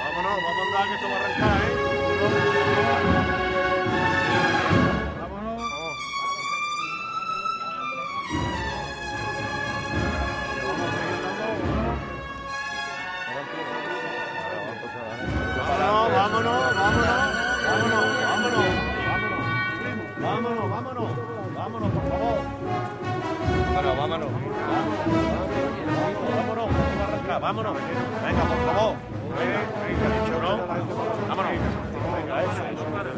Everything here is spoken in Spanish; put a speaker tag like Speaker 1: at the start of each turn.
Speaker 1: Vámonos, vamos a dar que esto va a arrancar, ¿eh? Vámonos. Que vamos a seguir dando, Vámonos, vámonos, vámonos, vámonos, vámonos, vámonos, vámonos, vámonos, vámonos, por favor. Vámonos, vámonos, vámonos, vámonos, vámonos, venga, por favor. Venga, venga, vámonos. Venga, eso, eso.